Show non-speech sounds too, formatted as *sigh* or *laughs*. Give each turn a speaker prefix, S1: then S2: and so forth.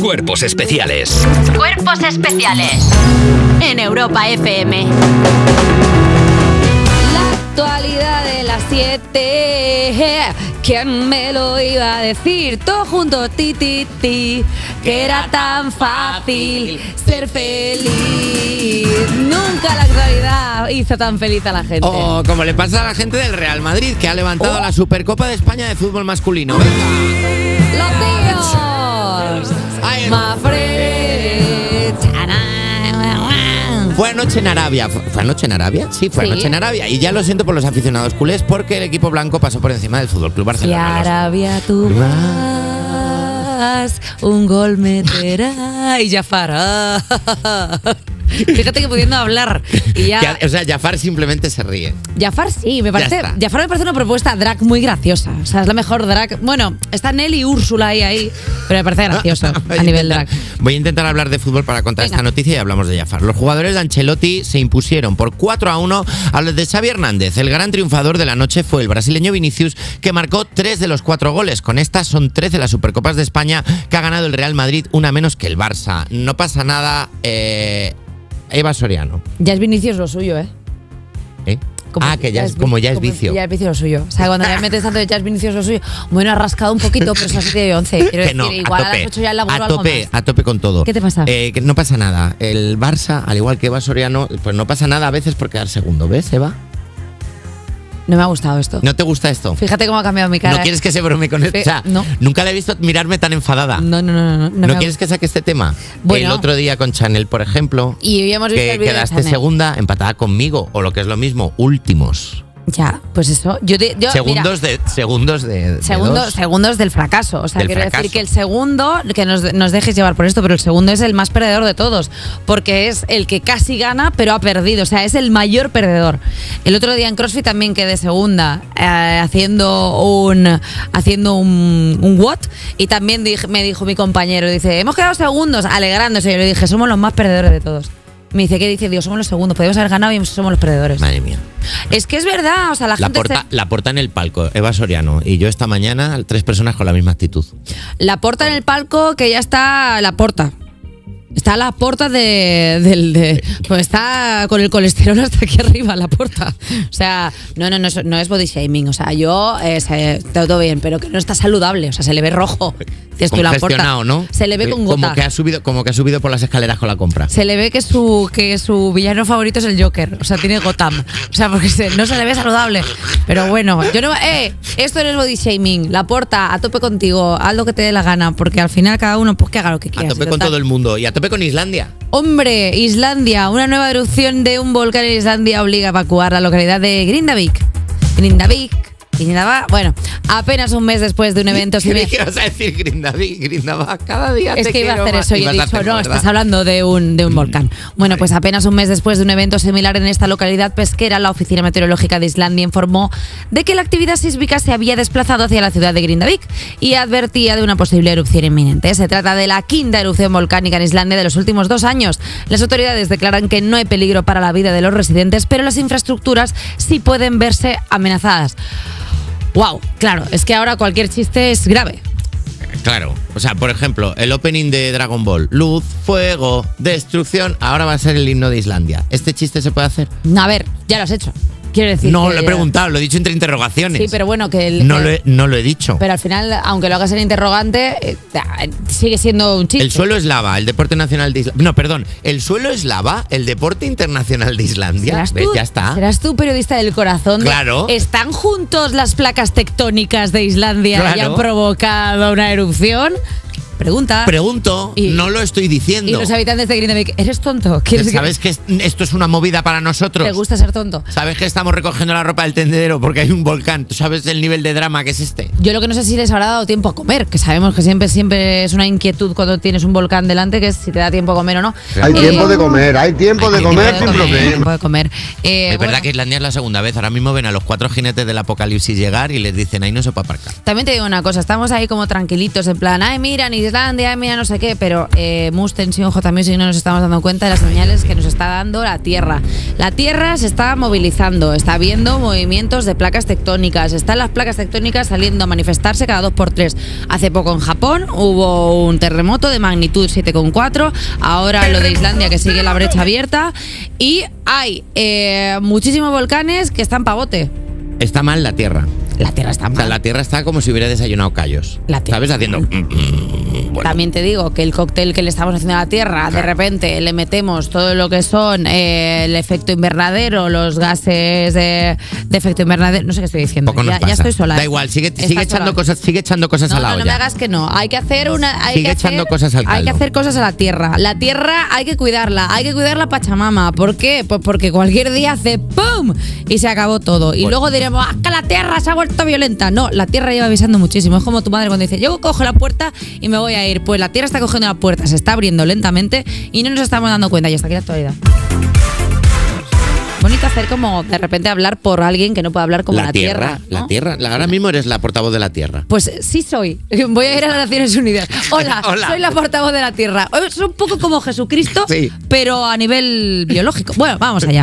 S1: Cuerpos especiales.
S2: Cuerpos especiales en Europa FM.
S3: La actualidad de las 7. ¿Quién me lo iba a decir? Todo junto, ti, ti, ti. Que era tan fácil ser feliz. Nunca la actualidad hizo tan feliz a la gente.
S4: O como le pasa a la gente del Real Madrid, que ha levantado la Supercopa de España de fútbol masculino. Venga.
S3: ¡Los tíos! Mafre, chaná,
S4: Fue anoche en Arabia. ¿Fue fue anoche en Arabia? Sí, fue
S3: Sí.
S4: anoche en Arabia. Y ya lo siento por los aficionados culés porque el equipo blanco pasó por encima del Fútbol Club
S3: Y
S4: Barcelona.
S3: a
S4: Los-
S3: Arabia tú vas, un gol meterá y Jafar. ah, Fíjate que pudiendo hablar y ya.
S4: Ya- o sea, Jafar simplemente se ríe.
S3: Jafar sí, me parece.
S4: está.
S3: Jafar me parece una propuesta drag muy graciosa. O sea, es la mejor drag. Bueno, está Nelly y Úrsula ahí, ahí, pero me parece
S4: *laughs*
S3: gracioso
S4: Voy
S3: a nivel
S4: intentar-
S3: drag.
S4: Voy a intentar hablar de fútbol para contar
S3: Venga.
S4: esta noticia y hablamos de Jafar. Los jugadores de Ancelotti se impusieron por 4 a 1 a los de Xavi Hernández. El gran triunfador de la noche fue el brasileño Vinicius, que marcó 3 de los 4 goles. Con estas son 13 las Supercopas de España que ha ganado el Real Madrid, una menos que el Barça. No pasa nada, eh, Eva Soriano.
S3: Ya es Vinicius lo suyo, ¿eh?
S4: ¿eh?
S3: Como-
S4: ah, que ya es,
S3: vi-
S4: como ya es
S3: como-
S4: vicio.
S3: Ya es vicio lo suyo. O sea, cuando le metes tanto de ya es Vinicius lo suyo. Bueno, ha rascado un poquito, pero es las 7 de
S4: *laughs*
S3: 11. Quiero
S4: Que
S3: decir,
S4: no,
S3: igual
S4: a
S3: a,
S4: tope,
S3: las 8 ya la
S4: a
S3: algo
S4: tope,
S3: más.
S4: a tope con todo.
S3: ¿Qué te pasa?
S4: Eh, que no pasa nada. El Barça, al igual que Eva Soriano, pues no pasa nada a veces por quedar segundo, ¿ves, Eva?
S3: No me ha gustado esto.
S4: ¿No te gusta esto?
S3: Fíjate cómo ha cambiado mi cara.
S4: ¿No quieres que se brome con esto?
S3: Fe-
S4: O sea,
S3: no.
S4: Nunca le he visto mirarme tan enfadada.
S3: No, no, no, no. no,
S4: ¿No
S3: me ha-
S4: quieres que saque este tema?
S3: Bueno.
S4: El otro día con Chanel, por ejemplo,
S3: Y hoy hemos visto
S4: que
S3: el video de
S4: quedaste
S3: Chanel.
S4: segunda, empatada conmigo, o lo que es lo mismo, últimos.
S3: Ya, pues eso. Yo te- yo, mira,
S4: segundos de. Segundos de. de
S3: segundo-
S4: dos.
S3: segundos del fracaso. O sea,
S4: Del
S3: quiero decir
S4: fracaso.
S3: que el segundo, que nos, nos dejéis llevar por esto, pero el segundo es el más perdedor de todos. Porque es el que casi gana, pero ha perdido. O sea, es el mayor perdedor. El otro día en CrossFit también quedé segunda, eh, haciendo un. haciendo un, un what. Y también dije- me dijo mi compañero, dice, hemos quedado segundos, alegrándose. Yo le dije, somos los más perdedores de todos. Me dice, ¿qué dice? Digo, somos los segundos, podemos haber ganado y somos los perdedores.
S4: Madre mía.
S3: Es que es verdad, o sea, la,
S4: La
S3: gente. se-
S4: porta, la porta en el palco, Eva Soriano. Y yo esta mañana, tres personas con la misma actitud.
S3: La porta en el palco que ya está la porta. Está la porta de, del. de- pues está con el colesterol hasta aquí arriba, la porta. O sea, no, no, no, es- no es body shaming. O sea, yo. eh, se- todo bien, pero que no está saludable. O sea, se le ve rojo. Dices tú, la
S4: Congestionado,
S3: porta.
S4: ¿no? Eh,
S3: Se le ve con gota.
S4: Como que, ha subido, como que ha subido por las escaleras con la compra.
S3: Se le ve que su, que su villano favorito es el Joker. O sea, tiene Gotham. O sea, porque se- no se le ve saludable. Pero bueno, yo no. ¡Eh! Esto no es body shaming. La porta, a tope contigo. Haz lo que te dé la gana. Porque al final cada uno, pues que haga lo que
S4: A
S3: quiera.
S4: tope
S3: si
S4: con
S3: total.
S4: todo el mundo. Y a tope con Islandia.
S3: Hombre, Islandia. Una nueva erupción de un volcán en Islandia obliga a evacuar la localidad de Grindavik. Grindavik. Grindavik. Bueno, apenas un mes después de un evento
S4: *laughs* ¿Qué
S3: semi-
S4: ibas a decir Grindaví? Grindavá, cada día
S3: Es
S4: te
S3: que iba a
S4: quiero
S3: hacer
S4: más.
S3: eso y he
S4: Ibas a
S3: dicho,
S4: hacer,
S3: no,
S4: ¿verdad? Mm.
S3: estás hablando de un, de un volcán. Bueno, pues apenas un mes después de un evento similar en esta localidad pesquera, la Oficina Meteorológica de Islandia informó de que la actividad sísmica se había desplazado hacia la ciudad de Grindavik y advertía de una posible erupción inminente. Se trata de la quinta erupción volcánica en Islandia de los últimos dos años. Las autoridades declaran que no hay peligro para la vida de los residentes, pero las infraestructuras sí pueden verse amenazadas. Wow, claro, es que ahora cualquier chiste es grave.
S4: Claro. O sea, por ejemplo, el opening de Dragon Ball. Luz, fuego, destrucción. Ahora va a ser el himno de Islandia. ¿Este chiste se puede hacer?
S3: A ver, ya lo has hecho. Quiero decir.
S4: no,
S3: que-
S4: lo he preguntado, lo he dicho entre interrogaciones.
S3: Sí, pero bueno, que el.
S4: no,
S3: que-
S4: lo he, no lo he dicho.
S3: Pero al final, aunque lo hagas en interrogante, eh, sigue siendo un chiste.
S4: El suelo es lava, el deporte nacional de Islandia. No, perdón. El suelo es lava, el deporte internacional de Islandia.
S3: ¿Serás
S4: ¿Ves?
S3: tú,
S4: Ya está.
S3: Serás tú periodista del corazón. de-
S4: Claro.
S3: ¿Están juntos las placas tectónicas de Islandia y
S4: Claro.
S3: han provocado una erupción? Pregunta.
S4: Pregunto,
S3: Y-
S4: no lo estoy diciendo.
S3: y los habitantes de Grindavik, ¿eres tonto? *laughs* ¿Quieres que-
S4: ¿Sabes que es- esto es una movida para nosotros?
S3: ¿Te gusta ser tonto?
S4: ¿Sabes que estamos recogiendo la ropa del tendedero porque hay un volcán? ¿Tú sabes el nivel de drama que es este?
S3: Yo lo que no sé si les habrá dado tiempo a comer, que sabemos que siempre, siempre es una inquietud cuando tienes un volcán delante, que es si te da tiempo a comer o no.
S5: Hay
S3: Eh,
S5: tiempo de comer, hay tiempo de
S4: Hay
S5: comer
S4: tiempo
S5: sin
S4: de comer.
S5: problema.
S3: Tiempo de comer. Eh,
S4: es
S3: bueno,
S4: verdad que Islandia es la segunda vez. Ahora mismo ven a los cuatro jinetes del apocalipsis llegar y les dicen ahí no se puede aparcar.
S3: También te digo una cosa, estamos ahí como tranquilitos, en plan, ay, mira, ni Islandia, mira, no sé qué, pero eh, Mus, Tensión, J Music no nos estamos dando cuenta de las señales que nos está dando la Tierra. La Tierra se está movilizando, está viendo movimientos de placas tectónicas, están las placas tectónicas saliendo a manifestarse cada dos por tres. Hace poco en Japón hubo un terremoto de magnitud 7,4, ahora lo de Islandia que sigue la brecha abierta y hay eh, muchísimos volcanes que están pavote.
S4: Está mal la tierra.
S3: La Tierra está
S4: O sea,
S3: mal.
S4: la tierra está como si hubiera desayunado callos.
S3: La Tierra.
S4: ¿Sabes? Haciendo. "Mm, Bueno,
S3: También te digo que el cóctel que le estamos haciendo a la Tierra, de
S4: Claro.
S3: repente le metemos todo lo que son eh, el efecto invernadero, los gases de, de efecto invernadero. No sé qué estoy diciendo.
S4: poco nos
S3: ya, ya
S4: pasa.
S3: estoy sola. ¿eh?
S4: Da igual, sigue,
S3: Estás
S4: sigue
S3: sola.
S4: echando cosas, sigue echando cosas
S3: No,
S4: a la
S3: no, no me
S4: olla.
S3: hagas que no. Hay que hacer una. Hay
S4: Sigue
S3: que
S4: echando
S3: hacer-
S4: cosas al
S3: Hay que
S4: caldo.
S3: hacer cosas a la tierra. La tierra hay que cuidarla. Hay que cuidar la pachamama. ¿Por qué? Pues porque cualquier día hace ¡pum! y se acabó todo. Y
S4: Bueno.
S3: luego diremos, ¡ah, que la tierra se ha vuelto violenta! No, la tierra lleva avisando muchísimo. Es como tu madre cuando dice, Yo cojo la puerta y me voy a ir. Pues la tierra está cogiendo la puerta, se está abriendo lentamente y no nos estamos dando cuenta. Y hasta aquí la actualidad. Bonito hacer como de repente hablar por alguien que no puede hablar como la,
S4: la tierra, la
S3: ¿no?
S4: tierra. La- Ahora mismo eres la portavoz de la tierra.
S3: Pues sí soy. *laughs* Voy a ir a las Naciones
S4: *laughs*
S3: Unidas. Hola,
S4: Hola.
S3: soy la Eh, portavoz de la Tierra. Es un poco como Jesucristo,
S4: Sí.
S3: pero a nivel biológico. Bueno, vamos allá.